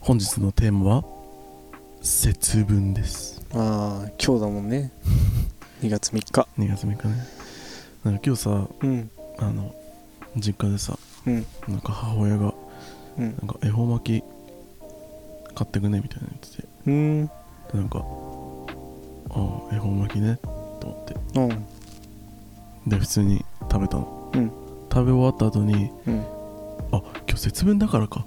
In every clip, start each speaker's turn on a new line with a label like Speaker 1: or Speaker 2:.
Speaker 1: 本日のテーマは節分です
Speaker 2: ああ今日だもん ね2月3日
Speaker 1: 2月3日ねなんか今日さ
Speaker 2: うん
Speaker 1: あの実家でさ、
Speaker 2: うん
Speaker 1: なんか母親が
Speaker 2: うん
Speaker 1: なんか恵方巻き買ってくねみたいなの言ってて
Speaker 2: うん
Speaker 1: でなんかああ恵方巻きねと思って
Speaker 2: うん
Speaker 1: で普通に食べたの、
Speaker 2: うん
Speaker 1: 食べ終わった後に
Speaker 2: うん
Speaker 1: あ今日節分だからか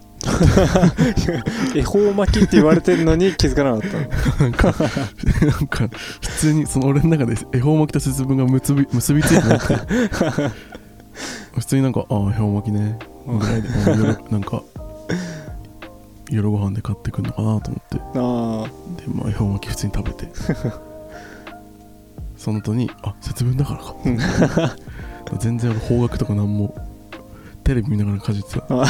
Speaker 2: 恵方巻きって言われてるのに気づかな かった
Speaker 1: なんかなんか普通にその俺の中で恵方巻きと節分が結び結びついてなくて普通になんかああ恵方巻きね
Speaker 2: うん
Speaker 1: ぐらいであ夜なんか夜ご飯で買ってくんのかなと思って
Speaker 2: あ
Speaker 1: で、まあ、恵方巻き普通に食べてその後にあ節分だからか
Speaker 2: うん
Speaker 1: 全然俺方角とか何もテレビ見ながらかじってた
Speaker 2: あ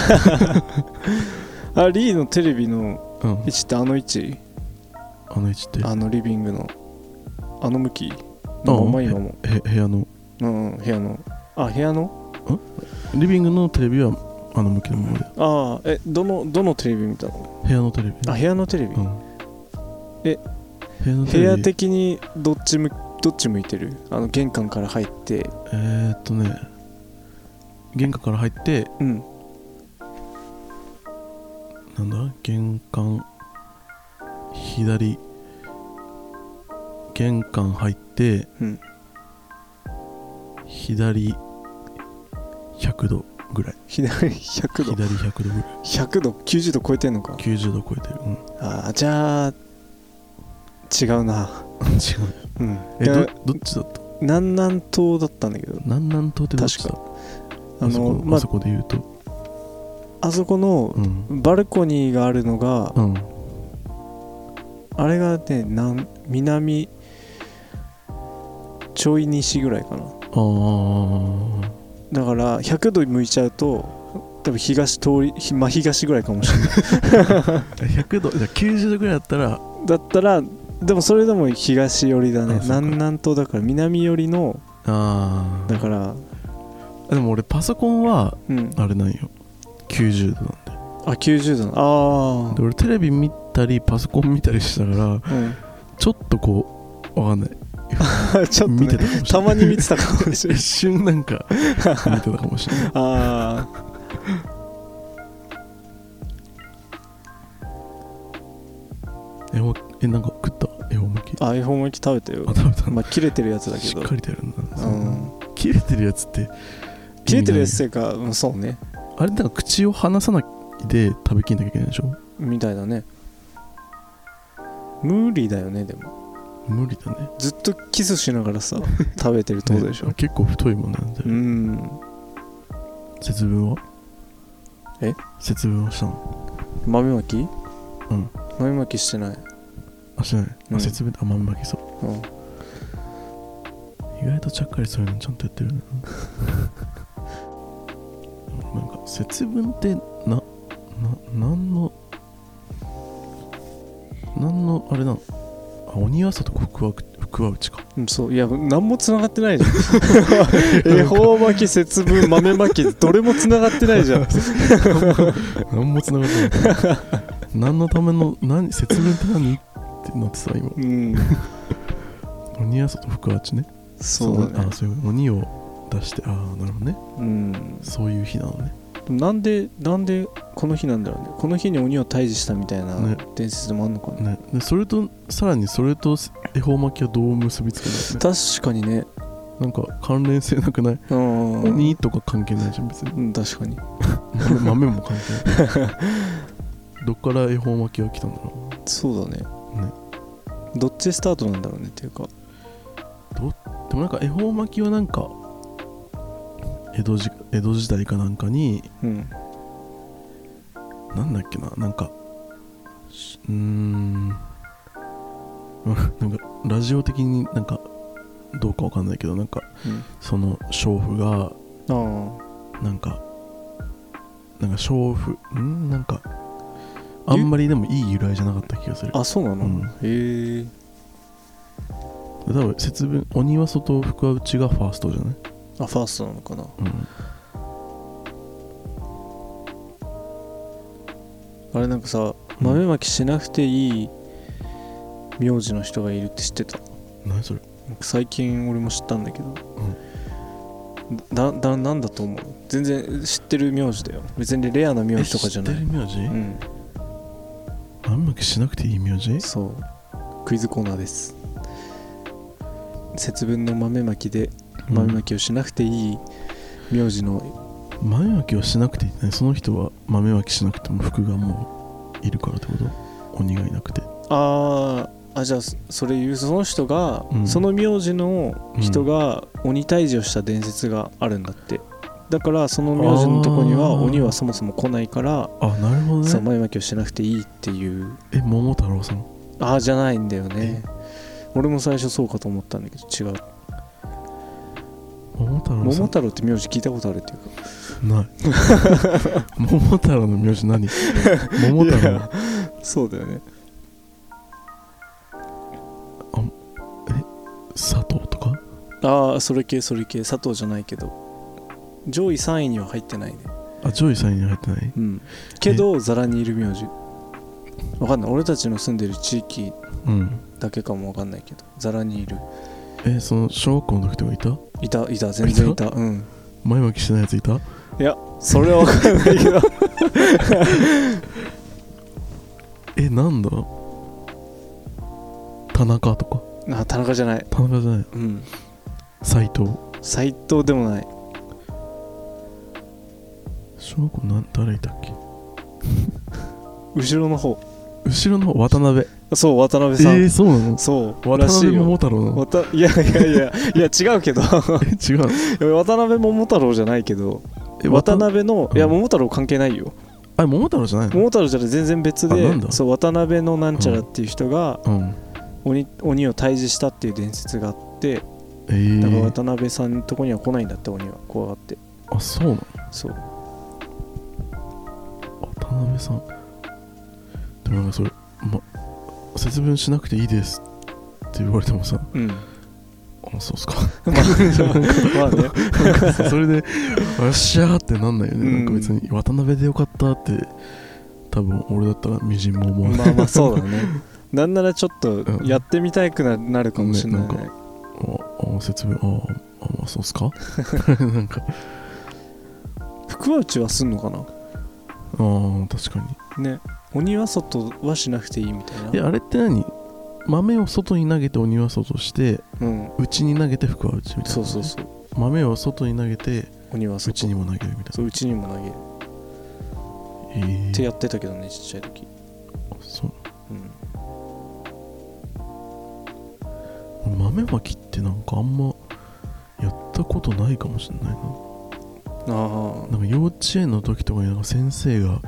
Speaker 2: あリーのテレビの
Speaker 1: うん
Speaker 2: 位置ってあの位置
Speaker 1: あの位置って
Speaker 2: あのリビングのあの向きのまま今も
Speaker 1: へ部屋の
Speaker 2: うんうん部屋のあ部屋の
Speaker 1: リビングのテレビはあの向きのままで
Speaker 2: ああえどのどのテレビ見たの
Speaker 1: 部屋のテレビ
Speaker 2: あ部屋のテレビ
Speaker 1: うん
Speaker 2: え
Speaker 1: 部屋のテ
Speaker 2: 部
Speaker 1: レビ
Speaker 2: 屋的にどっち向どっち向いてるあの玄関から入って
Speaker 1: えー、っとね玄関から入って
Speaker 2: うん
Speaker 1: なんだ玄関左玄関入って、
Speaker 2: うん
Speaker 1: 左100度ぐらい
Speaker 2: 左100度
Speaker 1: 左100度ぐらい
Speaker 2: 100度90度超えてんのか
Speaker 1: 90度超えてる、 うん、
Speaker 2: ああじゃあ違うなう
Speaker 1: 違う
Speaker 2: ん
Speaker 1: え
Speaker 2: いや
Speaker 1: どどっちだった
Speaker 2: 南南東だったんだけど
Speaker 1: 南南東ってどっちだ
Speaker 2: あ
Speaker 1: あそ
Speaker 2: の
Speaker 1: こ,、
Speaker 2: ま
Speaker 1: あ
Speaker 2: あ
Speaker 1: そこで言うと
Speaker 2: あそこの
Speaker 1: うん
Speaker 2: バルコニーがあるのが、
Speaker 1: うん
Speaker 2: あれがね南南ちょい西ぐらいかな
Speaker 1: あー
Speaker 2: だから100度向いちゃうと多分東通りひ真東ぐらいかもしれない
Speaker 1: 100度じゃあ90度ぐらいだったら
Speaker 2: だったらでもそれでも東寄りだ
Speaker 1: あ
Speaker 2: ね
Speaker 1: そうか
Speaker 2: 南南東だから南寄りの
Speaker 1: あ
Speaker 2: だから
Speaker 1: あでも俺パソコンは
Speaker 2: うん
Speaker 1: あれなんよ90度なんだよ
Speaker 2: あ90度のあ
Speaker 1: で俺テレビ見たりパソコン見たりしたから
Speaker 2: あ、うん
Speaker 1: ちょっとこうわかんない
Speaker 2: ちょっと、
Speaker 1: 見て
Speaker 2: ね、
Speaker 1: たかもしれ
Speaker 2: た
Speaker 1: ない
Speaker 2: まに見てたかもしれな
Speaker 1: 一
Speaker 2: い
Speaker 1: 瞬なん か見てたかもしれない
Speaker 2: あ
Speaker 1: えほえなんか食った恵方巻き
Speaker 2: ーあ iPhone 巻き食べたよ
Speaker 1: あ食べたんだ
Speaker 2: まあ切れてるやつだけ
Speaker 1: しっ
Speaker 2: ど
Speaker 1: かりとやるんだ
Speaker 2: うん
Speaker 1: 切れてるやつって
Speaker 2: 切れてるやつっていうか、うん、そうね
Speaker 1: あれなんか口を離さないで食べきんなきゃいけないでしょ
Speaker 2: みたいだね無理だよねでも
Speaker 1: 無理だね
Speaker 2: ずっとキスしながら さ食べてるってことでしょ、
Speaker 1: ね結構太いもんなんだよ、
Speaker 2: うん
Speaker 1: 節分は
Speaker 2: え
Speaker 1: 節分はしたの
Speaker 2: 豆まきうん豆まきしてない、
Speaker 1: あしてない、
Speaker 2: うん
Speaker 1: あ節分あ豆まきそう
Speaker 2: うん、
Speaker 1: 意外とちゃっかりそういうのちゃんとやってるな なんか節分ってなななんのなんのあれなのあ鬼は外福は福は 内か
Speaker 2: うんそういや何も繋がってないじゃ ん恵方巻き節分豆まきどれも繋がってないじゃん
Speaker 1: 何もつながってない何のための何節分って何ってなってさ今
Speaker 2: うん
Speaker 1: 鬼は外福は内ね
Speaker 2: そうだ
Speaker 1: の
Speaker 2: ね
Speaker 1: あそういう鬼を出してああなるほどね
Speaker 2: うん
Speaker 1: そういう日なのね
Speaker 2: でもなんでなんでこの日なんだろうねこの日に鬼を退治したみたいな
Speaker 1: ね
Speaker 2: 伝説でもあんのかな、
Speaker 1: ねでそれとさらにそれと恵方巻きはどう結びつけるんですね
Speaker 2: 確かにね
Speaker 1: なんか関連性なくない
Speaker 2: うん
Speaker 1: 鬼とか関係ないじゃん別に
Speaker 2: うん確かに
Speaker 1: 豆豆も関係ない どっから恵方巻きが来たんだろ
Speaker 2: そうだね
Speaker 1: ね
Speaker 2: どっちスタートなんだろうねっていうか
Speaker 1: うでもなんか恵方巻きはなんか江戸時江戸時代かなんかに
Speaker 2: うん
Speaker 1: なんだっけななんかしうーんなんかラジオ的になんかどうかわかんないけどなんかその娼婦が
Speaker 2: うん
Speaker 1: なんかなんか娼婦んなんかあんまりでもいい由来じゃなかった気がする
Speaker 2: ああそうなの、
Speaker 1: うん
Speaker 2: へえ
Speaker 1: 多分節分鬼は外福は内がファーストじゃない、
Speaker 2: あファーストなのかな
Speaker 1: う
Speaker 2: あ
Speaker 1: ん、
Speaker 2: れなんかさ豆まきしなくていい名字の人がいるって知ってた
Speaker 1: 何それ
Speaker 2: 最近俺も知ったんだけど、だだなんだと思う全然知ってる名字だよ別にレアな名字とかじゃな
Speaker 1: え
Speaker 2: い
Speaker 1: 知ってる名字、
Speaker 2: うん
Speaker 1: あんまりしなくていい名字
Speaker 2: そうクイズコーナーです節分の豆まきで豆まきをしなくていい名字の、
Speaker 1: うん豆まきをしなくていいねその人は豆まきしなくても福がもういるからってこと鬼がいなくて
Speaker 2: あーあじゃあそそれ言うその人が、
Speaker 1: うん
Speaker 2: その名字の人が鬼退治をした伝説があるんだってだからその名字のとこには
Speaker 1: あー
Speaker 2: 鬼はそもそも来ないから
Speaker 1: あなるほど
Speaker 2: そう
Speaker 1: ね
Speaker 2: 豆まきをしなくていいっていう
Speaker 1: え桃太郎さん
Speaker 2: ああじゃないんだよね俺も最初そうかと思ったんだけど違う
Speaker 1: 桃太郎
Speaker 2: 桃
Speaker 1: さん
Speaker 2: 太郎って名字聞いたことあるっていうか
Speaker 1: ない 桃太郎の名字何桃太
Speaker 2: い
Speaker 1: 郎
Speaker 2: やそうだよね
Speaker 1: 佐藤とか
Speaker 2: ああそれ系それ系佐藤じゃないけど上位3位には入ってないね
Speaker 1: あ上位3位に入ってない
Speaker 2: うんけどざらにいる名字わかんない俺たちの住んでる地域
Speaker 1: うん
Speaker 2: だけかもわかんないけどざらにいる
Speaker 1: えその小学校の時とかいた
Speaker 2: いたいた全然いたうん
Speaker 1: 前巻きしてないやついた
Speaker 2: それはわかんない けど
Speaker 1: えなんだ田中とか
Speaker 2: あ田中じゃない
Speaker 1: 田中じゃない
Speaker 2: うん
Speaker 1: 斎藤
Speaker 2: 斎藤でもない
Speaker 1: 小学校なん誰いたっけ
Speaker 2: 後ろの方
Speaker 1: 後ろの方渡辺
Speaker 2: そう渡辺さん、
Speaker 1: えー、そうなの
Speaker 2: そう
Speaker 1: 渡
Speaker 2: らしい
Speaker 1: 辺
Speaker 2: よ
Speaker 1: 桃太郎なの
Speaker 2: わた いやいやいやいや違うけど
Speaker 1: え違う
Speaker 2: 渡辺桃太郎じゃないけど
Speaker 1: え
Speaker 2: 渡辺の、
Speaker 1: うん
Speaker 2: いや桃太郎関係ないよ
Speaker 1: あ桃太郎じゃないの
Speaker 2: 桃太郎じゃ全然別
Speaker 1: あなん
Speaker 2: で
Speaker 1: だ
Speaker 2: そう渡辺のなんちゃらっていう人が
Speaker 1: うん
Speaker 2: 鬼,、鬼を退治したっていう伝説があって
Speaker 1: え
Speaker 2: だから
Speaker 1: ー、
Speaker 2: 渡辺さんのとこには来ないんだって鬼は怖がって
Speaker 1: あそうなの
Speaker 2: そう
Speaker 1: 渡辺さんでもなんかそれ、ま、節分しなくていいですって言われてもさ
Speaker 2: うん
Speaker 1: あそうっすか
Speaker 2: まあまあね
Speaker 1: それでよっしゃーってなんないよね、
Speaker 2: うん
Speaker 1: なんか別に渡辺でよかったって多分俺だったらみじんも思わない、
Speaker 2: まあまあそうだねなんならちょっと
Speaker 1: うん
Speaker 2: やってみたくななるかもしれないね
Speaker 1: ね ああ節分あああそうっすか なんか
Speaker 2: 福は内はすんのかな
Speaker 1: ああ確かに
Speaker 2: ね鬼は外はしなくていいみたいな
Speaker 1: えあれって何豆を外に投げて鬼は外して
Speaker 2: うん
Speaker 1: 内に投げて服は内みたいな
Speaker 2: そうそうそう
Speaker 1: 豆を外に投げて
Speaker 2: 鬼は外
Speaker 1: 内にも投げるみた
Speaker 2: そ
Speaker 1: いう
Speaker 2: うちにも投げる
Speaker 1: なえー
Speaker 2: ってやってたけどねちっちゃい時
Speaker 1: そう
Speaker 2: うん
Speaker 1: 俺豆まきってなんかあんまやったことないかもしれないな
Speaker 2: ああ
Speaker 1: なんか幼稚園の時とかになんか先生が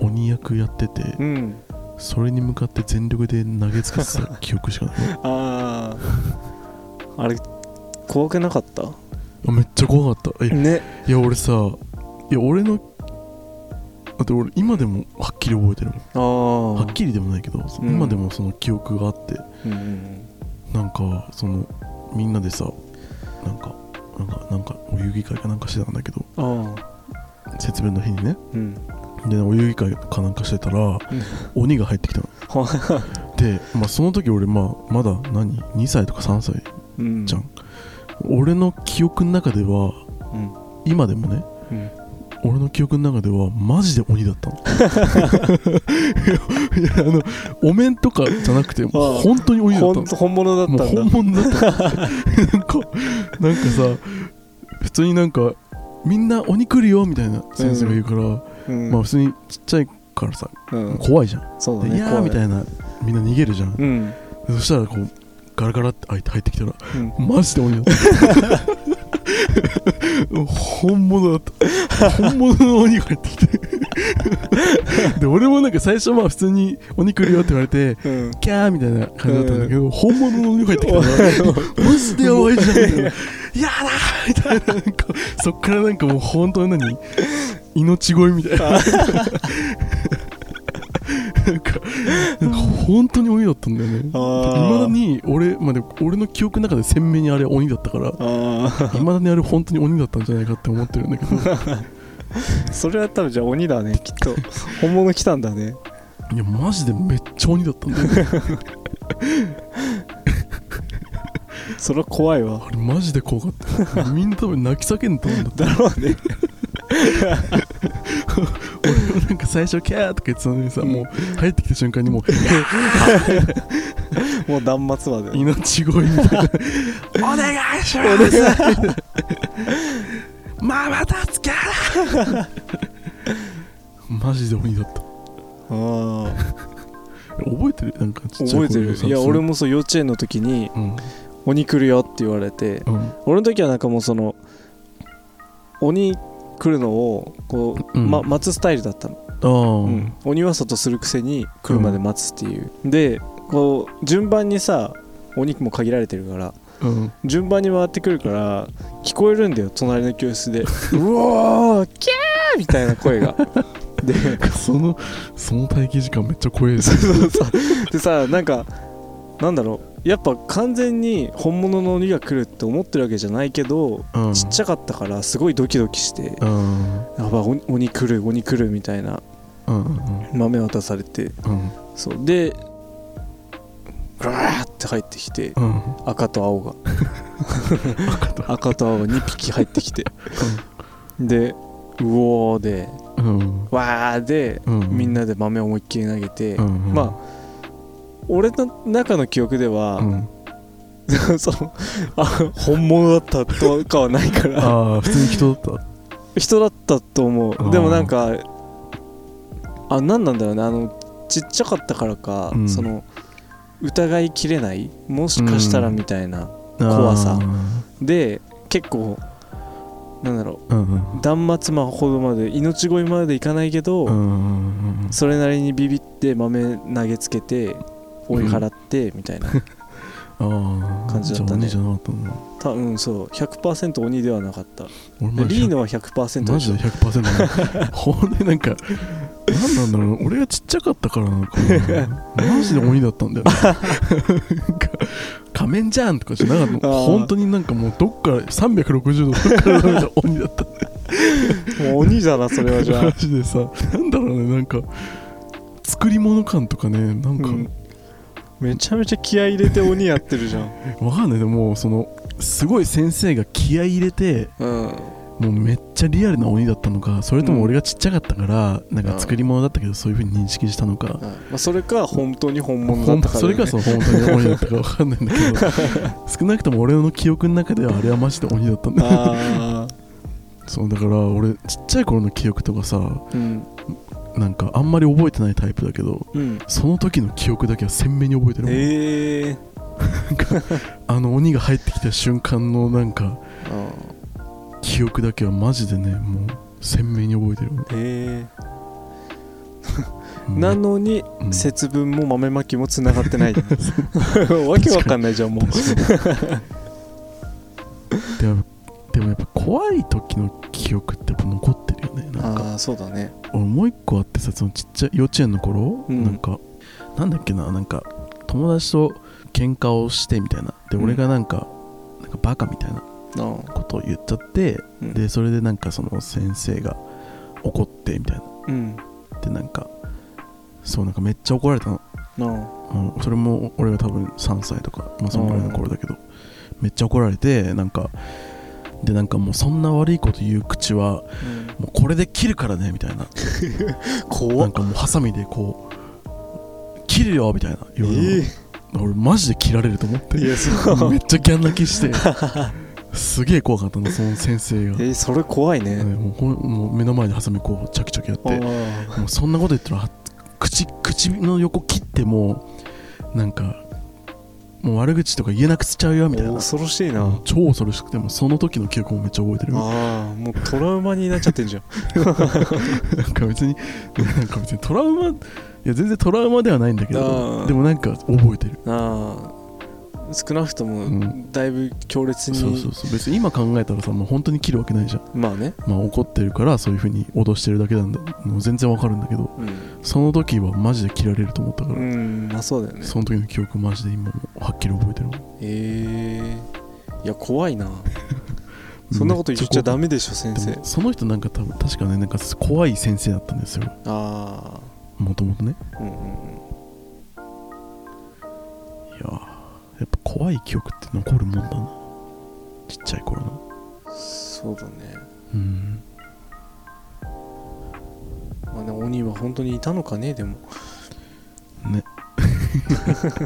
Speaker 1: 鬼役やってて
Speaker 2: うん
Speaker 1: それに向かって全力で投げつけてた記憶しかない
Speaker 2: あああれ怖くなかった
Speaker 1: あめっちゃ怖かったえ
Speaker 2: ね
Speaker 1: いや俺さいや俺のだって俺今でもはっきり覚えてるもん
Speaker 2: ああ
Speaker 1: はっきりでもないけど、その
Speaker 2: うん
Speaker 1: 今でもその記憶があって
Speaker 2: うんうん
Speaker 1: なんかそのみんなでさなんかなんかなんかお遊戯会かなんかしてたんだけど
Speaker 2: うんああ
Speaker 1: 節分の日にね
Speaker 2: うん
Speaker 1: でお遊戯会かなんかしてたら鬼が入って きたの
Speaker 2: は
Speaker 1: で、まあ、その時俺、まあ、まだ何2歳とか3歳
Speaker 2: うん
Speaker 1: じゃん俺の記憶の中では
Speaker 2: うん
Speaker 1: 今でもね
Speaker 2: うん
Speaker 1: 俺の記憶の中ではマジで鬼 だったのいやいやあのお面とかじゃなくて本当に鬼だっ
Speaker 2: ほ
Speaker 1: た
Speaker 2: ん
Speaker 1: の
Speaker 2: と本物だっ
Speaker 1: も
Speaker 2: た
Speaker 1: うん
Speaker 2: だ
Speaker 1: 本物だった なんかなんかさ普通になんかみんな鬼来るよみたいな先生が言うか
Speaker 2: う
Speaker 1: ら、
Speaker 2: ん
Speaker 1: まあ普通にちっちゃいからさ、
Speaker 2: うん
Speaker 1: 怖いじゃん、
Speaker 2: そうだ
Speaker 1: で
Speaker 2: ね
Speaker 1: いやーみた
Speaker 2: ない
Speaker 1: なみんな逃げるじゃん、で
Speaker 2: うん
Speaker 1: そしたらこうガラガラって開いて入ってきたら
Speaker 2: うん
Speaker 1: マジで鬼だった本物だった本物のお肉入ってきてで俺もなんか最初まあ普通にお肉売るよって言われて
Speaker 2: うん
Speaker 1: キャーみたいな感じだったんだけど、本物 のお肉入ってきたからマジでやばいじゃんみたいなやだーみたいななんかそっからなんかもう本当に何命乞いみたいななんかなんか本当に鬼だったんだよねいまだに俺,、まあ、でも俺の記憶の中で鮮明にあれ鬼だったから
Speaker 2: あ
Speaker 1: いまだにあれ本当に鬼だったんじゃないかって思ってるんだけど
Speaker 2: あ それは多分じゃあ鬼だねきっと 本物来たんだね
Speaker 1: いやマジでめっちゃ鬼だったんだよね
Speaker 2: それは怖いわ
Speaker 1: あれマジで怖かったみんな多分泣き叫んだんだって
Speaker 2: だろうね
Speaker 1: 俺も なんか最初キャーとか言ってたのにさ、もう入ってきた瞬 間にもう
Speaker 2: もう断末まで
Speaker 1: 命乞い みたいなお願いし ますママ助け マジで鬼だった
Speaker 2: ああ
Speaker 1: 覚えてるなんか
Speaker 2: 覚
Speaker 1: ちっちゃい頃
Speaker 2: えてる
Speaker 1: さ
Speaker 2: いや
Speaker 1: その
Speaker 2: 俺もそう幼稚園の時に
Speaker 1: うん
Speaker 2: 「鬼来るよ」って言われて
Speaker 1: うん
Speaker 2: 俺の時はなんかもうその鬼来るのをこう、
Speaker 1: うん
Speaker 2: ま、待つスタイルだったの
Speaker 1: あー
Speaker 2: うん、鬼は外するくせに来るまで待つっていう、でこう順番にさお肉も限られてるから
Speaker 1: うん
Speaker 2: 順番に回ってくるから聞こえるんだよ隣の教 室でうわーキャーみたいな声がで
Speaker 1: そのその待機時間めっちゃ怖いです
Speaker 2: でさなんかなんだろうやっぱ完全に本物の鬼が来るって思ってるわけじゃないけど
Speaker 1: うん
Speaker 2: ちっちゃかったからすごいドキドキして
Speaker 1: うん
Speaker 2: やばい鬼鬼来る鬼来るみたいな
Speaker 1: うんうん
Speaker 2: 豆渡されて
Speaker 1: うん
Speaker 2: そうでぐわーって入ってきて
Speaker 1: うん
Speaker 2: 赤と青が 赤と青が2匹入ってきてでうおーで
Speaker 1: うん
Speaker 2: わーで
Speaker 1: うん
Speaker 2: みんなで豆思いっきり投げて、
Speaker 1: うん
Speaker 2: まあ俺の中の記憶で
Speaker 1: う
Speaker 2: は、
Speaker 1: ん
Speaker 2: そうあ本物だったとかはないから
Speaker 1: ああ普通に人だった
Speaker 2: 人だったと思
Speaker 1: あー
Speaker 2: うでもなんかあ何なんだろうねあのちっちゃかったからか、
Speaker 1: うん
Speaker 2: その疑いきれないもしかしたらみたいな、怖さで結構なんだろ
Speaker 1: あーうんうん
Speaker 2: う断末魔ほどまで命乞いまでいかないけど、
Speaker 1: うん
Speaker 2: それなりにビビって豆投げつけて追い払ってみたいな、
Speaker 1: ああ
Speaker 2: 感じだったね
Speaker 1: じゃあ鬼じゃなかった
Speaker 2: 多分そう100%鬼ではなかったで
Speaker 1: な俺マジ
Speaker 2: リー
Speaker 1: で
Speaker 2: ノは100%
Speaker 1: マ
Speaker 2: で
Speaker 1: ジ
Speaker 2: し
Speaker 1: で100% なのほんでなんかなんなんだろう俺がちっちゃかったからなのかなマジで鬼だった んだよねなんか仮面じゃんとかじゃなかったの
Speaker 2: あー
Speaker 1: 本当になんかもうどっから360度どっから見た鬼だった
Speaker 2: ょもう鬼だなそれはじゃ
Speaker 1: マ
Speaker 2: あ
Speaker 1: ジでさなんだろうねなんか作り物感とかねなんか、
Speaker 2: うんめちゃめちゃ気合い入れて鬼やってるじゃん
Speaker 1: わかんないでもそのすごい先生が気合い入れて
Speaker 2: うん
Speaker 1: もうめっちゃリアルな鬼だったのかそれと
Speaker 2: うん
Speaker 1: も俺がちっちゃかったから、なん
Speaker 2: う
Speaker 1: か
Speaker 2: ん
Speaker 1: 作り物だったけどそういうふうに認識したのか、
Speaker 2: まあ、それか本当に本物だったから、ね、
Speaker 1: それかその本当に鬼だったかわかんないんだけど 少なくとも俺の記憶の中ではあれはマジで鬼だったんだよ
Speaker 2: あ
Speaker 1: そうだから俺ちっちゃい頃の記憶とかさ
Speaker 2: あ うん
Speaker 1: なんかあんまり覚えてないタイプだけど
Speaker 2: うん
Speaker 1: その時の記憶だけは鮮明に覚えてるもん、
Speaker 2: ええ
Speaker 1: あの鬼が入ってきた瞬間のなんか
Speaker 2: ー、
Speaker 1: 記憶だけはマジでねもう鮮明に覚えてるもん
Speaker 2: ええ
Speaker 1: うん
Speaker 2: なのに
Speaker 1: うん
Speaker 2: 節分も豆まきもつながって ないわけわかんないじゃんもう
Speaker 1: でもでもやっぱ怖い時の記憶ってやっぱ残ってるよねなんか
Speaker 2: ああそうだね
Speaker 1: 俺もう一個あってさそのちっちゃい幼稚園の頃、
Speaker 2: うん
Speaker 1: なんかなんだっけななんか友達と喧嘩をしてみたいなで
Speaker 2: うん
Speaker 1: 俺がなんか、なんかバカみたいな
Speaker 2: あ
Speaker 1: ことを言っちゃって、
Speaker 2: うん
Speaker 1: でそれでなんかその先生が怒ってみたいな
Speaker 2: うん
Speaker 1: でなんかそうなんかめっちゃ怒られたの
Speaker 2: あ
Speaker 1: あのそれも俺が多分3歳とか、まあ、そのぐらいの頃だけどめっちゃ怒られてなんかでなんかもうそんな悪いこと言う口はもうこれで切るからねみたいなな
Speaker 2: 怖
Speaker 1: んかもうハサミでこう切るよみたいな言われる俺マジで切られると思って
Speaker 2: いやそう
Speaker 1: めっちゃギャン泣きしてすげえ怖かったのその先生が、
Speaker 2: えーそれ怖い
Speaker 1: ね
Speaker 2: ね
Speaker 1: もうほんもう目の前でハサミこうチャキチャキやって
Speaker 2: あ
Speaker 1: もうそんなこと言ったら口口の横切ってもうなんかもう悪口とか言えなくしちゃうよみたいな
Speaker 2: 恐ろしいな、
Speaker 1: 超恐ろしくてもうその時の記憶もめっちゃ覚えてる
Speaker 2: ああもうトラウマになっちゃってんじゃん
Speaker 1: なんか別になんか別にトラウマいや全然トラウマではないんだけ
Speaker 2: あ
Speaker 1: ど
Speaker 2: ー
Speaker 1: でもなんか覚えてる
Speaker 2: ああ少なくと
Speaker 1: う
Speaker 2: も
Speaker 1: ん
Speaker 2: だいぶ強烈に、
Speaker 1: そうそうそう別に今考えたらさもう本当に切るわけないじゃん
Speaker 2: まあね、
Speaker 1: まあ怒ってるからそういう風に脅してるだけなんでもう全然わかるんだけど
Speaker 2: うん、
Speaker 1: その時はマジで切られると思ったから、
Speaker 2: うんまあそうだよね
Speaker 1: その時の記憶マジで今もはっきり覚えてるもん
Speaker 2: ええいや怖いな そんなこと言っちゃダメでしょ先
Speaker 1: で
Speaker 2: 生
Speaker 1: もその人なんか多分確かねなんか怖い先生だったんですよ
Speaker 2: あ
Speaker 1: もともとね
Speaker 2: あうんうん
Speaker 1: いやーやっぱ怖い記憶って残るもんだなちっちゃい頃の
Speaker 2: うんそうだね
Speaker 1: うん
Speaker 2: まあね鬼は本当にいたのかねでも
Speaker 1: ね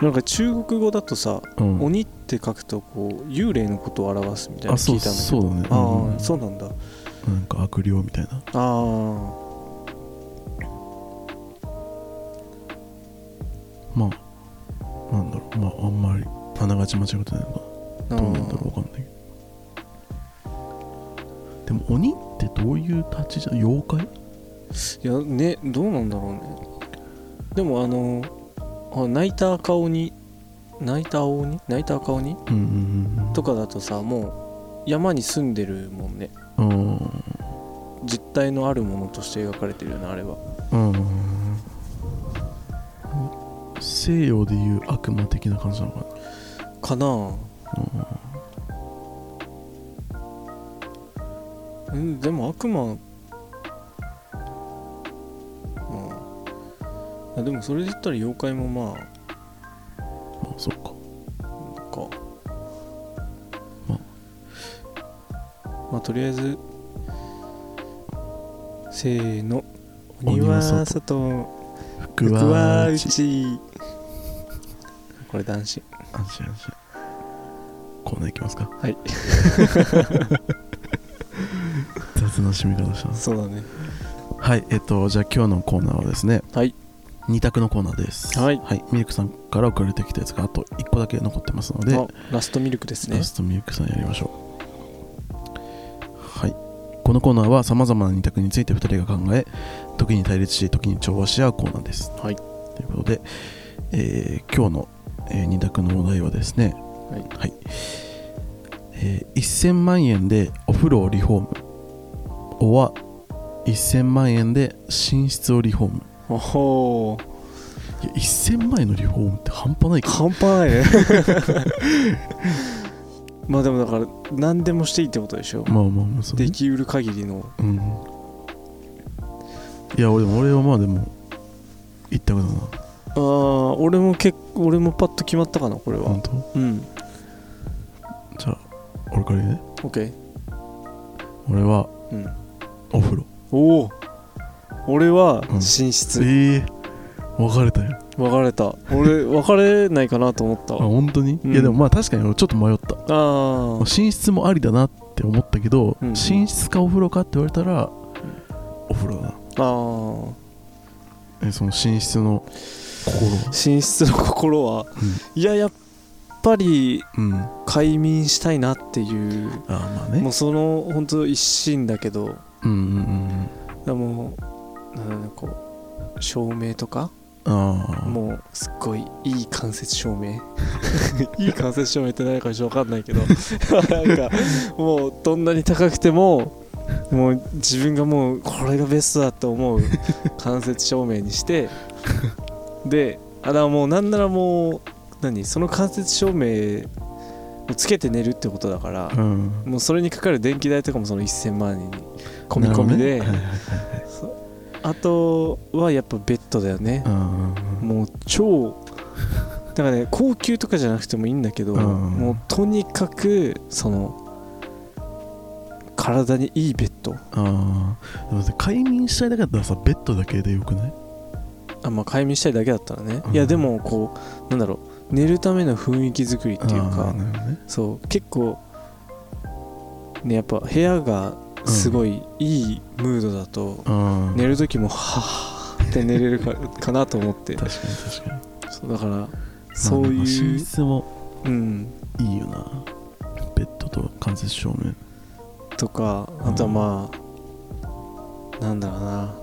Speaker 2: なんか中国語だとさ、
Speaker 1: うん
Speaker 2: 鬼って書くとこう幽霊のことを表すみたいな
Speaker 1: あ
Speaker 2: の
Speaker 1: そ
Speaker 2: 聞
Speaker 1: う
Speaker 2: いたんだけど
Speaker 1: そうだね
Speaker 2: あ
Speaker 1: う
Speaker 2: あ
Speaker 1: ん
Speaker 2: そうなんだ
Speaker 1: なんか悪霊みたいな
Speaker 2: ああ
Speaker 1: まあなんだろうまああんまりあながち間違ってないのか
Speaker 2: あ
Speaker 1: などうなんだろうわかんないけどでも鬼ってどういう立ちじゃ妖怪
Speaker 2: いやねどうなんだろうねでもあのあ泣いた赤鬼泣いた青鬼泣いた赤鬼
Speaker 1: うんうんうんうん
Speaker 2: とかだとさもう山に住んでるもんね
Speaker 1: うん
Speaker 2: 実体のあるものとして描かれてるよねあれは
Speaker 1: うん西洋でいう悪魔的な感じなのか
Speaker 2: かなあうんでも悪魔うんあでもそれで言ったら妖怪もまあ
Speaker 1: なまあそっか
Speaker 2: なんか
Speaker 1: ま
Speaker 2: まあとりあえずせーの鬼
Speaker 1: 鬼は
Speaker 2: は
Speaker 1: 外
Speaker 2: 外
Speaker 1: 福は
Speaker 2: う
Speaker 1: 内
Speaker 2: ちこれ男子
Speaker 1: 安心安心コーナーいきますか
Speaker 2: はい
Speaker 1: 雑な締め方したな
Speaker 2: そうだね
Speaker 1: はいえっとじゃあ今日のコーナーはですね
Speaker 2: はい
Speaker 1: 二択のコーナーです
Speaker 2: はい
Speaker 1: ミルクさんから送られてきたやつがあと一個だけ残ってますので
Speaker 2: あラストミルクですね
Speaker 1: ラストミルクさんやりましょうはいこのコーナーはさまざまな二択について2人が考え時に対立し時に調和し合うコーナーです
Speaker 2: はい
Speaker 1: ということで、えー今日の、えー二択のお題はですね
Speaker 2: はい、
Speaker 1: えー1000万円でお風呂をリフォームおは1000万円で寝室をリフォーム
Speaker 2: おほー
Speaker 1: いや1000万円のリフォームって半端ないから
Speaker 2: 半端ないね まあでもだから何でもしていいってことでしょ
Speaker 1: まあまあまあそうね
Speaker 2: できうる限りの
Speaker 1: うんいや俺も俺はまあでも一択だな
Speaker 2: ああ俺もけ俺もパッと決まったかなこれは
Speaker 1: 本当
Speaker 2: うん
Speaker 1: じゃあ俺から言うね
Speaker 2: OK
Speaker 1: 俺は
Speaker 2: うん
Speaker 1: お風呂
Speaker 2: おお俺は
Speaker 1: うん
Speaker 2: 寝室、
Speaker 1: ええ別れたよ
Speaker 2: 別れた俺別れないかなと思った
Speaker 1: あ
Speaker 2: わ
Speaker 1: 本当に、
Speaker 2: うん
Speaker 1: いやでもまあ確かに俺ちょっと迷った
Speaker 2: あー
Speaker 1: 寝室もありだなって思ったけど、
Speaker 2: うん
Speaker 1: 寝室かお風呂かって言われたら、お風呂だな
Speaker 2: あー
Speaker 1: えその寝室の心は
Speaker 2: 寝室の心は、いややっぱり
Speaker 1: うんあ
Speaker 2: 快眠したいなっていう
Speaker 1: あまあね
Speaker 2: もうその本当一心だけど
Speaker 1: うんうんうん
Speaker 2: でもなんだろうねこう照明とか
Speaker 1: ああ
Speaker 2: もうすっごいいい間接照 明いい間接照明って何かわかんないけどなんかもうどんなに高くてももう自分がもうこれがベストだと思う間接照明にして であだからもうなんならもう何その間接照明をつけて寝るってことだから
Speaker 1: うん
Speaker 2: もうそれにかかる電気代とかもその1000万円に込み込みで、
Speaker 1: なるほどねはいはい
Speaker 2: あとはやっぱベッドだよね、
Speaker 1: うん
Speaker 2: もう超だからね高級とかじゃなくてもいいんだけど、
Speaker 1: うん
Speaker 2: もうとにかくその体にいいベッド
Speaker 1: ああでもさ快眠したいだけだったらさベッドだけでよくない
Speaker 2: あまあ快眠したいだけだったらね、
Speaker 1: うん
Speaker 2: いやでもこうなんだろう寝るための雰囲気作りっていう
Speaker 1: あー
Speaker 2: か
Speaker 1: なるほどね
Speaker 2: そう結構ねやっぱ部屋がすごいいいムードだと、
Speaker 1: あー
Speaker 2: 寝る時もはぁって寝れるかかなと思って
Speaker 1: 確かに確かに
Speaker 2: そうだからそう
Speaker 1: まあでも
Speaker 2: い
Speaker 1: 寝
Speaker 2: う、
Speaker 1: 室も
Speaker 2: うん、
Speaker 1: いいよなベッドと間接照明
Speaker 2: とかあとはまあ、なんだろうな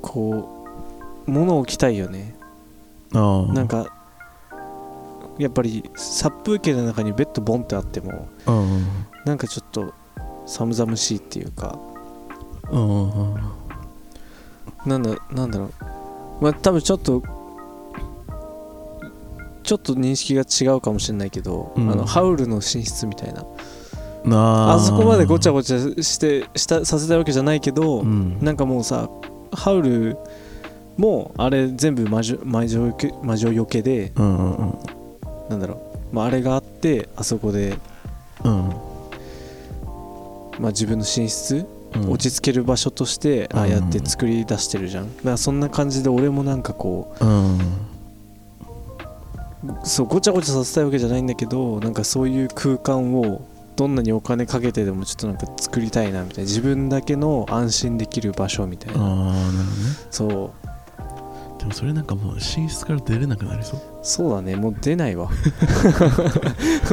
Speaker 2: こう物を置きたいよね
Speaker 1: ああ
Speaker 2: なんかやっぱり殺風景の中にベッドボンってあっても
Speaker 1: うんうん
Speaker 2: なんかちょっと寒々しいっていうか
Speaker 1: うんうんうん
Speaker 2: なんだなんだろうまあ多分ちょっとちょっと認識が違うかもしれないけど、
Speaker 1: うん
Speaker 2: あのハウルの寝室みたいな
Speaker 1: なあ
Speaker 2: あそこまでごちゃ
Speaker 1: ごち
Speaker 2: ごちゃしてしたさせたわけじゃないけど、
Speaker 1: うん
Speaker 2: なんかもうさハウルもあれ全部魔女魔女よけ魔女よけで
Speaker 1: うんうんうん
Speaker 2: なんだろう、まあ、あれがあってあそこで、
Speaker 1: うん
Speaker 2: まあ、自分の寝室、
Speaker 1: うん
Speaker 2: 落ち着ける場所としてああやって作り出してるじゃん、だからそんな感じで俺もなんかこ
Speaker 1: うん
Speaker 2: うそうごちゃごちゃさせたいわけじゃないんだけどなんかそういう空間をどんなにお金かけてでもちょっとなんか作りたいなみたいな自分だけの安心できる場所みたい
Speaker 1: ああ
Speaker 2: な、
Speaker 1: なるほどね
Speaker 2: そう
Speaker 1: でもそれなんかもう寝室から出れなくなりそう
Speaker 2: そうだねもう出ないわ
Speaker 1: 布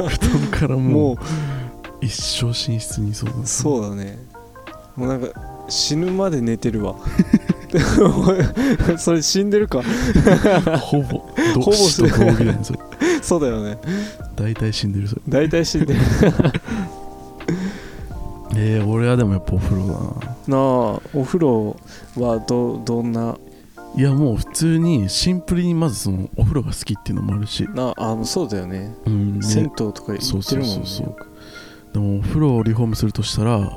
Speaker 1: 団からも
Speaker 2: も
Speaker 1: う一生寝室にいそうだ
Speaker 2: う
Speaker 1: ね
Speaker 2: そうだねもうなんか死ぬまで寝てるわ それ死んでるか
Speaker 1: ほぼ
Speaker 2: ほぼ
Speaker 1: ど死と同義だねそれ
Speaker 2: そうだよね
Speaker 1: 大体死んでるそれ
Speaker 2: 大体死んでる
Speaker 1: えー、俺はでもやっぱお風呂だ
Speaker 2: な
Speaker 1: な
Speaker 2: あお風呂はどどんない
Speaker 1: やもう普通にシンプルにまずそのお風呂が好きっていうのもあるし、
Speaker 2: なあもうそうだよね
Speaker 1: うんね
Speaker 2: 銭湯とか行
Speaker 1: そう
Speaker 2: って
Speaker 1: そ
Speaker 2: る
Speaker 1: う
Speaker 2: もん
Speaker 1: そう
Speaker 2: ね
Speaker 1: そうでもお風呂をリフォームするとしたらも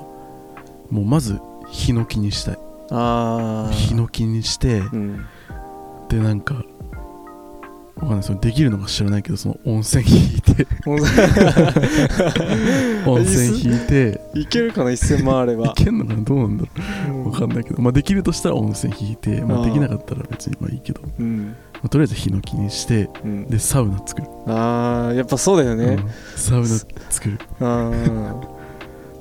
Speaker 1: うまずヒノキにしたい
Speaker 2: ああ
Speaker 1: ヒノキにして
Speaker 2: うん
Speaker 1: でなんかわかんないそのできるのか知らないけどその温泉引 いて
Speaker 2: もう
Speaker 1: 温泉引いて
Speaker 2: いけるかな1000万あれば
Speaker 1: いけんのかなどうなんだろ
Speaker 2: うん
Speaker 1: うわかんないけど、まあ、できるとしたら温泉引いて、ま
Speaker 2: あ
Speaker 1: あ、
Speaker 2: ー
Speaker 1: できなかったら別にまあいいけど、ま
Speaker 2: うん、
Speaker 1: あ、とりあえずヒノキにして
Speaker 2: うん、
Speaker 1: でサウナ作る、
Speaker 2: ああやっぱそうだよ
Speaker 1: う
Speaker 2: ね
Speaker 1: ん、サウナ作る
Speaker 2: あ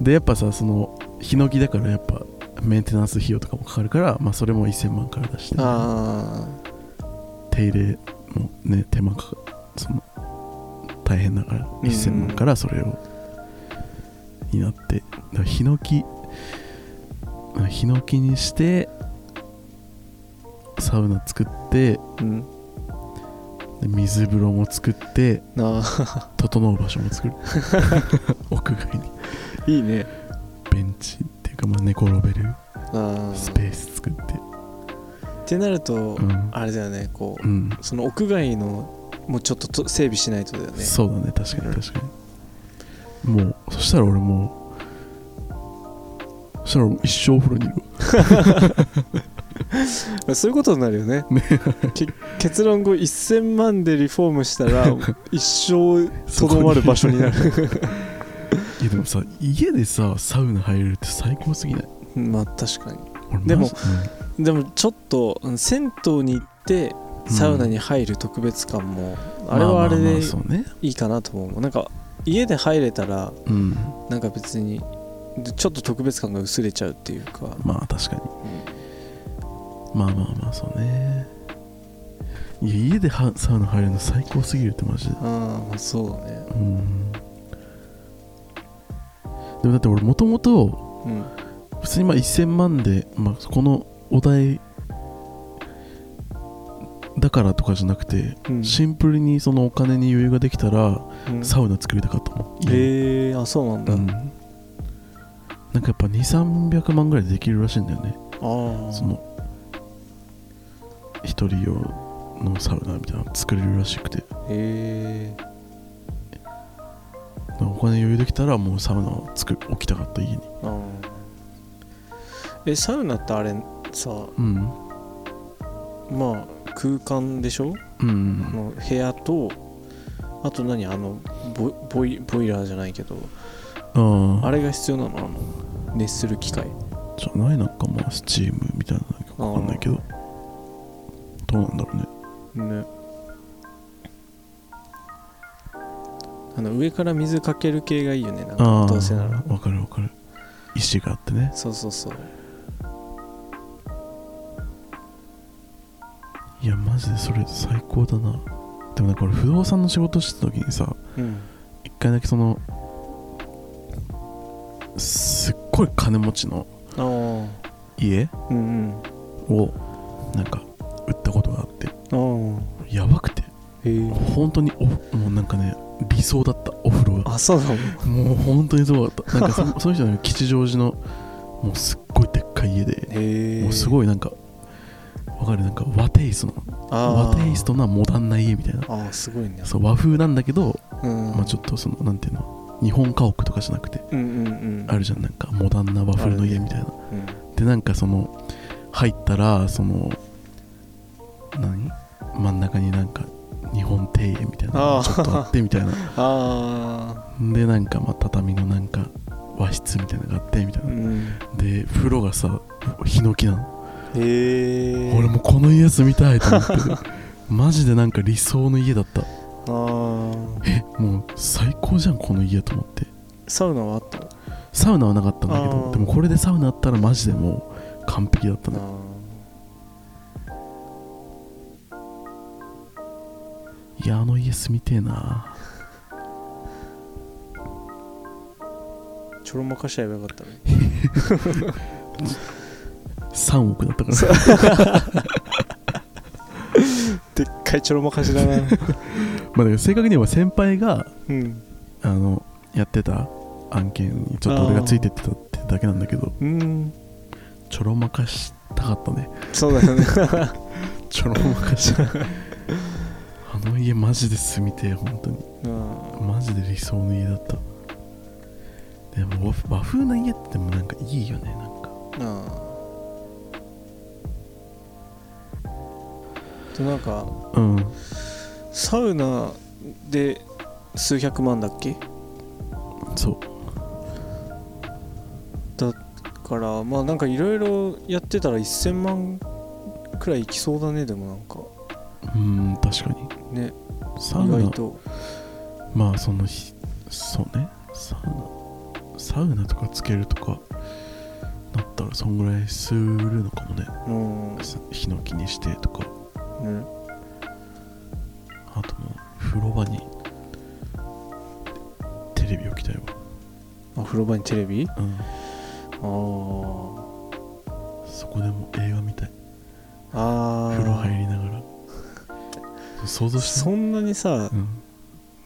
Speaker 1: でやっぱさそのヒノキだからやっぱメンテナンス費用とかもかかるから、まあ、それも1000万から出して
Speaker 2: ああ
Speaker 1: 手入れもね手間かかその大変だから
Speaker 2: ん
Speaker 1: 1000万からそれをになってだからヒノキうんヒノキにしてサウナ作って
Speaker 2: ーうん
Speaker 1: で水風呂も作って
Speaker 2: なあ
Speaker 1: 整う場所も 作る屋外に
Speaker 2: いいね
Speaker 1: ベンチっていうかまあ寝転べる
Speaker 2: あ
Speaker 1: ス
Speaker 2: ー
Speaker 1: ペース作って
Speaker 2: ってなると、
Speaker 1: うん、
Speaker 2: あれだよねこう
Speaker 1: うん、
Speaker 2: その屋外のもうちょっとと整備しないとだよね
Speaker 1: そうだね確かに確かにもうそしたら俺もうそしたら俺一生お風呂にいるわ
Speaker 2: そういうことになるよね け結論後1000万でリフォームした ら一生とどまる場所になる
Speaker 1: いやでもさ家でさサウナ入れるって最高すぎない
Speaker 2: まあ確かに
Speaker 1: 俺マジ
Speaker 2: でもでもちょっとうん銭湯に行って
Speaker 1: うん
Speaker 2: サウナに入る特別感も、
Speaker 1: うん
Speaker 2: あれはあれ
Speaker 1: まま
Speaker 2: で
Speaker 1: まそうね
Speaker 2: いいかなと思うなんか家で入れたら
Speaker 1: うん
Speaker 2: なんか別にでちょっと特別感が薄れちゃうっていうか
Speaker 1: まあ確かにまあまあまあそうねいや家ではサウナ入るの最高すぎるってマジで
Speaker 2: あーまあそうだね
Speaker 1: うんでもだって俺もともと
Speaker 2: うん
Speaker 1: 普通にまあ1000万で、まあ、そこのお題だからとかじゃなくて、
Speaker 2: うん
Speaker 1: シンプルにそのお金に余裕ができたら、
Speaker 2: うん
Speaker 1: サウナ作りたかったもん
Speaker 2: へえー、あそうなんだ、
Speaker 1: うん
Speaker 2: あ
Speaker 1: なんかやっぱ2300万ぐらいでできるらしいんだよね
Speaker 2: あ
Speaker 1: その一人用のサウナみたいなの作れるらしくて
Speaker 2: へえ
Speaker 1: だからお金余裕できたらもうサウナを作る置きたかった家に
Speaker 2: ー、あーえサウナってあれさ
Speaker 1: うん
Speaker 2: まあ空間でしょ、
Speaker 1: うん
Speaker 2: あの部屋とあと何あのボボイボイラーじゃないけど
Speaker 1: うんあ
Speaker 2: あ
Speaker 1: れ
Speaker 2: れが必要なのあの熱する機械
Speaker 1: じゃないなんかまあスチームみたいなわかんないけどどうなんだろうね
Speaker 2: ねあの上から水かける系がいいよねなん
Speaker 1: あ
Speaker 2: か
Speaker 1: あ
Speaker 2: どうせなら
Speaker 1: わかるわかる石があってね
Speaker 2: そうそうそう
Speaker 1: いやマジでそれ最高だなでもなんか俺不動産の仕事してた時にさ
Speaker 2: うん
Speaker 1: 一回だけそのすっごい金持ちの
Speaker 2: ああ
Speaker 1: 家
Speaker 2: うんうん
Speaker 1: をなんか売ったことがあって
Speaker 2: ああ
Speaker 1: やばくて
Speaker 2: へえ
Speaker 1: 本当におもうなんかね理想だったお風呂が
Speaker 2: あそうなの
Speaker 1: もう本当にすごかったなんかそその人の吉祥寺のもうすっごいでっかい家で
Speaker 2: へえ
Speaker 1: もうす
Speaker 2: い
Speaker 1: ごいなんかわかるなんか和テイストの和テイストなモダンな家みたいな
Speaker 2: あーあーすごいね
Speaker 1: そう和風なんだけど、
Speaker 2: うん
Speaker 1: まあ、ちょっとそのなんていうの日本家屋とかじゃなくて
Speaker 2: うんうんうん
Speaker 1: あるじゃんなんかモダンな和風の家みたいな
Speaker 2: うん
Speaker 1: でなんかその入ったらその何真ん中になんか日本庭園みたいなの
Speaker 2: あ
Speaker 1: がちょっとあってみたいな
Speaker 2: あ
Speaker 1: でなんかまあ畳のなんか和室みたいなのがあってみたい
Speaker 2: あう
Speaker 1: な、
Speaker 2: ん
Speaker 1: で風呂がさヒノキなの、
Speaker 2: へえ
Speaker 1: 俺もうこの家住みたいと思って るマジでなんか理想の家だった
Speaker 2: ああ
Speaker 1: えもう最高じゃんこの家と思って
Speaker 2: サウナはあったの
Speaker 1: サウナはなかったんだけ
Speaker 2: あ
Speaker 1: ど
Speaker 2: ー
Speaker 1: でもこれでサウナあったらマジでもう完璧だったねいやあの家住みてえな
Speaker 2: あーちょろまかしちゃえばよかったね
Speaker 1: 3億だっ たから
Speaker 2: でっかいちょろまかしだな
Speaker 1: まあ、だから正確に言えば先輩が
Speaker 2: うん
Speaker 1: あのやってた案件にちょっと俺がついてってたってだけなんだけど
Speaker 2: うん
Speaker 1: ちょろまかしたか ったね
Speaker 2: そうだよね
Speaker 1: ちょろまかしたあの家マジで住みてえ本当に
Speaker 2: うん
Speaker 1: マジで理想の家だったでも和和風な家ってでもなんかいいよねなんか
Speaker 2: あーとなんか
Speaker 1: うん
Speaker 2: サウナで数百万だっけ
Speaker 1: そう
Speaker 2: からまあなんかいろいろやってたら1000万くらいいきそうだねでもなんか
Speaker 1: うん確かに
Speaker 2: ね
Speaker 1: サウ
Speaker 2: 意外
Speaker 1: ナ
Speaker 2: と
Speaker 1: まあその日そうねサウナサウナとかつけるとかなったらそんぐらいするのかもね
Speaker 2: うんね
Speaker 1: さヒノキにしてとかあともう風呂場にテレビ置きたいわ、
Speaker 2: あ風呂場にテレビあ
Speaker 1: うん、
Speaker 2: あー
Speaker 1: そこでもう映画みたい
Speaker 2: あー
Speaker 1: 風呂入りながら想像して
Speaker 2: そんなにさ
Speaker 1: うん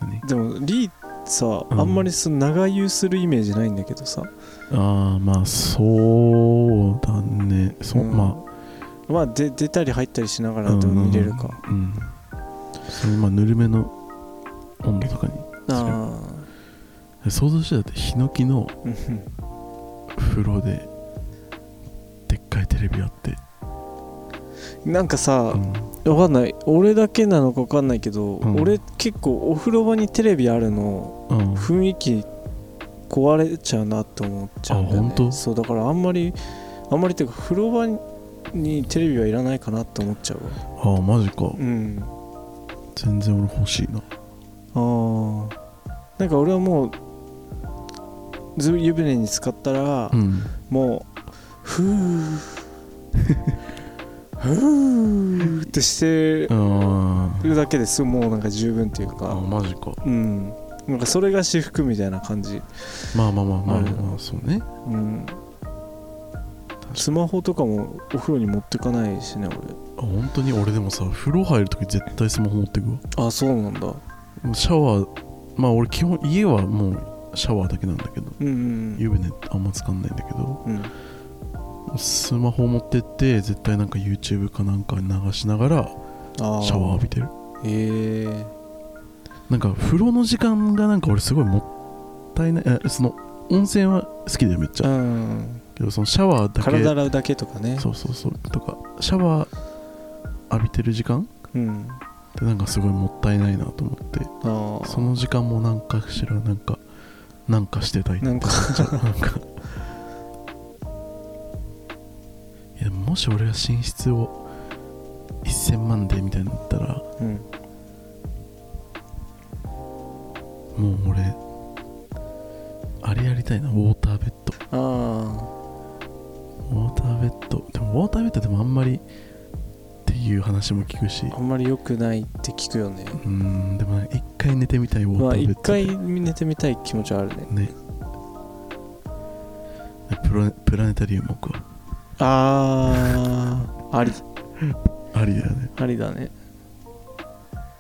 Speaker 1: 何
Speaker 2: でもリーさ、
Speaker 1: うん
Speaker 2: あんまりその長湯するイメージないんだけどさ
Speaker 1: ああまあそうだねそ、
Speaker 2: うん
Speaker 1: ま
Speaker 2: まあで出たり入ったりしながらでも見れるか、
Speaker 1: あうんそれまあぬるめの温度とかに
Speaker 2: あ
Speaker 1: 想像してたってヒノキの
Speaker 2: あうん
Speaker 1: 風呂ででっかいテレビあって、
Speaker 2: なんかさ、
Speaker 1: うん、
Speaker 2: わかんない俺だけなのかわかんないけど、
Speaker 1: うん
Speaker 2: 俺結構お風呂場にテレビあるの
Speaker 1: うん
Speaker 2: 雰囲気壊れちゃうなって思っちゃうんだよ、ね、
Speaker 1: あ本当
Speaker 2: そうだからあんまりあんまりっていうか風呂場にテレビはいらないかなって思っちゃうわ
Speaker 1: ああマジか
Speaker 2: うんあ
Speaker 1: 全然俺欲しい
Speaker 2: あ
Speaker 1: な
Speaker 2: なんか俺はもうず湯船に浸かったら、
Speaker 1: うん
Speaker 2: もうふーふーってして
Speaker 1: あー
Speaker 2: るだけですもうなんか十分っていうか、
Speaker 1: あマジか
Speaker 2: うん、なんかそれが私服みたいな感じ、
Speaker 1: まあまあまあまあ
Speaker 2: ある
Speaker 1: まあそうね
Speaker 2: うん、スマホとかもお風呂に持ってかないしね
Speaker 1: あ本当に俺でもさ風呂入るとき絶対スマホ持ってくわ
Speaker 2: 俺あそうなんだ
Speaker 1: もうシャワーまあ俺基本家はもうシャワーだけなんだけど
Speaker 2: うんうん
Speaker 1: 湯船あんま使んないんだけど
Speaker 2: うん
Speaker 1: スマホ持ってって絶対なんか YouTube かなんか流しながら
Speaker 2: あ
Speaker 1: シャワー浴びてる
Speaker 2: びへえ
Speaker 1: なんか風呂の時間がなんか俺すごいもったいないえその温泉は好きだよめっちゃ
Speaker 2: うん
Speaker 1: けどそのシャワーだけ
Speaker 2: 体洗うだけとかね
Speaker 1: そうそうそうとかシャワー浴びてる時間
Speaker 2: うん
Speaker 1: ってなんかすごいもったいないなと思って
Speaker 2: ああ
Speaker 1: その時間もなんかしらなんかなんかしてたい
Speaker 2: なんか
Speaker 1: じゃあなんかいやもし俺が寝室を1000万でみたいになったら
Speaker 2: うん
Speaker 1: もう俺あれやりたいなウォーターベッド
Speaker 2: あ
Speaker 1: ウォーターベッドでもウォーターベッドでもあんまりっていいう話も聞くし
Speaker 2: あんまり良くないって聞くよね
Speaker 1: うんでもね一回寝てみたいウォー
Speaker 2: まあ
Speaker 1: ターベ
Speaker 2: 一
Speaker 1: ッド
Speaker 2: 回
Speaker 1: で、
Speaker 2: 寝てみたい気持ちはあるね
Speaker 1: ねプロプラネタリウム置くわ
Speaker 2: あーあり
Speaker 1: ありだよね
Speaker 2: ありだね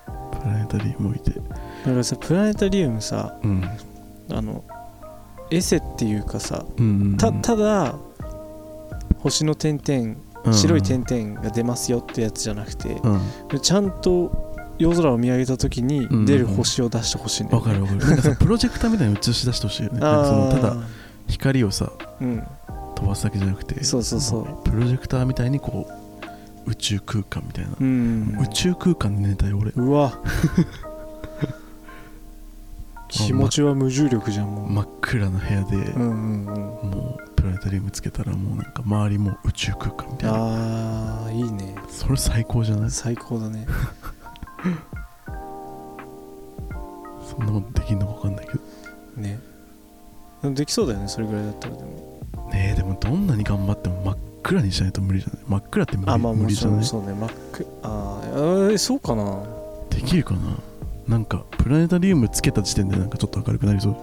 Speaker 1: プラネタリウム置いて
Speaker 2: なんかさプラネタリウムさ
Speaker 1: うん
Speaker 2: あのエセっていうかさ
Speaker 1: うんうん
Speaker 2: たただ星の点々
Speaker 1: うん
Speaker 2: 白い点々が出ますよってやつじゃなくて
Speaker 1: うんわ、
Speaker 2: ちゃんと夜空を見上げた時に
Speaker 1: うん
Speaker 2: 出る星を出してほしいね
Speaker 1: かるわかるなんかさプロジェクターみたいに映し出してほしいよねなんかその
Speaker 2: あー
Speaker 1: ただ光をさ
Speaker 2: うん
Speaker 1: 飛ばすだけじゃなくて
Speaker 2: そうそうそう
Speaker 1: プロジェクターみたいにこう宇宙空間みたいな、
Speaker 2: うん
Speaker 1: 宇宙空間で寝たい俺
Speaker 2: う わ気持ちは無重力じゃんもう、
Speaker 1: 真っ暗な部屋で、
Speaker 2: うんうんうん
Speaker 1: もうプラネタリウムつけたらもうなんか周りも宇宙空間みたいな
Speaker 2: あーいいね
Speaker 1: それ最高じゃない
Speaker 2: 最高だね
Speaker 1: そんなことできんのか分かんないけど
Speaker 2: ねでもできそうだよねそれぐらいだったらでも
Speaker 1: ねえでもどんなに頑張っても真っ暗にしないと無理じゃない真っ暗って無理,、
Speaker 2: あまあ
Speaker 1: 無
Speaker 2: も
Speaker 1: 理
Speaker 2: ち
Speaker 1: じゃ
Speaker 2: ろ
Speaker 1: なんい
Speaker 2: そうねマックあーえーそうかな
Speaker 1: できるかななんかプラネタリウムつけた時点でなんかちょっと明るくなりそう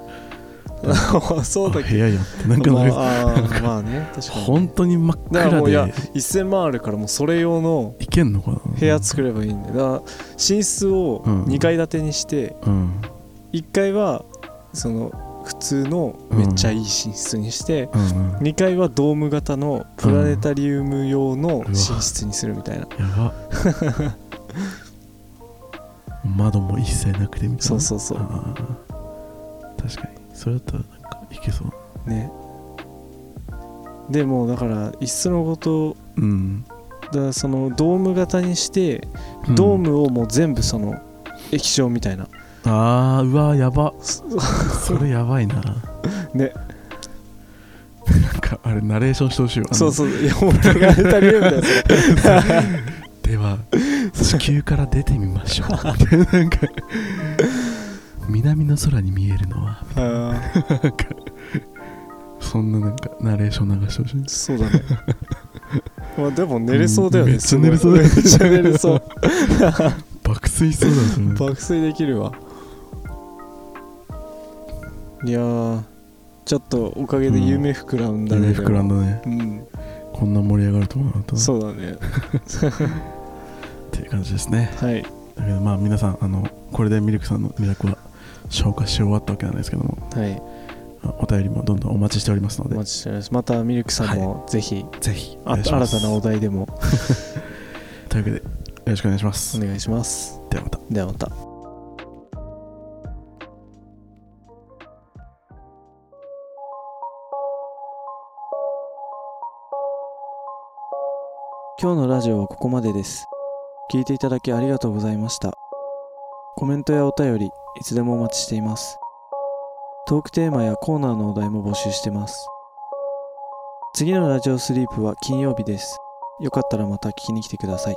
Speaker 2: そうだ
Speaker 1: あ
Speaker 2: けど
Speaker 1: 部屋やんってなんかなりそう
Speaker 2: まああーまあね確かに
Speaker 1: 本当に真っ
Speaker 2: だからもうい
Speaker 1: 暗
Speaker 2: や
Speaker 1: で
Speaker 2: 1000万あるからもうそれ用の
Speaker 1: いけんのかな
Speaker 2: 部屋作ればいいんだよだから寝室を
Speaker 1: うん
Speaker 2: 2階建てにして
Speaker 1: うん
Speaker 2: 1階はその普通のめっちゃいい寝室にして、
Speaker 1: うんうん
Speaker 2: 2階はドーム型のプラネタリウム用の
Speaker 1: うわ
Speaker 2: 寝室にするみたいな、
Speaker 1: や ば窓も一切なくてみたいな
Speaker 2: そうそうそう
Speaker 1: あー確かにそれだったらなんかいけそう
Speaker 2: ねでもうだからいっそのこと
Speaker 1: うん
Speaker 2: だからそのドーム型にしてドームをもう全部その液晶みた いな、
Speaker 1: ああうわーやばそれやばいな
Speaker 2: ね
Speaker 1: なんかあれナレーションしてほしいわ
Speaker 2: そうそういやもうプラネタリウムだよそれ
Speaker 1: うで は地球から出てみましょう みたいななんか南の空に見えるのは
Speaker 2: あ
Speaker 1: そんななんかナレーション流してほしい
Speaker 2: ーそう だねまあでも寝れそうだよね、
Speaker 1: めっちゃ寝れそうだ
Speaker 2: だ
Speaker 1: よ
Speaker 2: よ
Speaker 1: ね
Speaker 2: めっちゃ寝れそう
Speaker 1: 爆睡しそうだそれ
Speaker 2: 爆睡できるわいやーちょっとおかげで夢膨らんだね、
Speaker 1: 夢膨らん
Speaker 2: だ
Speaker 1: だね
Speaker 2: うん
Speaker 1: こんな盛り上がると思わなかったな
Speaker 2: そうだね
Speaker 1: っていう感じですね
Speaker 2: はい
Speaker 1: だけどまあ皆さんあのこれでミルクさんの魅力は消化し終わったわけなんですけども
Speaker 2: はい
Speaker 1: あお便りもどんどんお待ちしておりますの
Speaker 2: お
Speaker 1: で
Speaker 2: 待ちしておりますまたミルクさんもぜひ、
Speaker 1: ぜひお
Speaker 2: あ
Speaker 1: 願いしま
Speaker 2: 新
Speaker 1: す
Speaker 2: たなお題でも
Speaker 1: というわけでよろしくお願いしま
Speaker 2: お
Speaker 1: す
Speaker 2: 願いします
Speaker 1: ではまた
Speaker 2: ではまた今日のラジオはここまでです聞いていただきありがとうございましたコメントやお便りいつでもお待ちしていますトークテーマやコーナーのお題も募集してます次のラジオスリープは金曜日ですよかったらまた聞きに来てください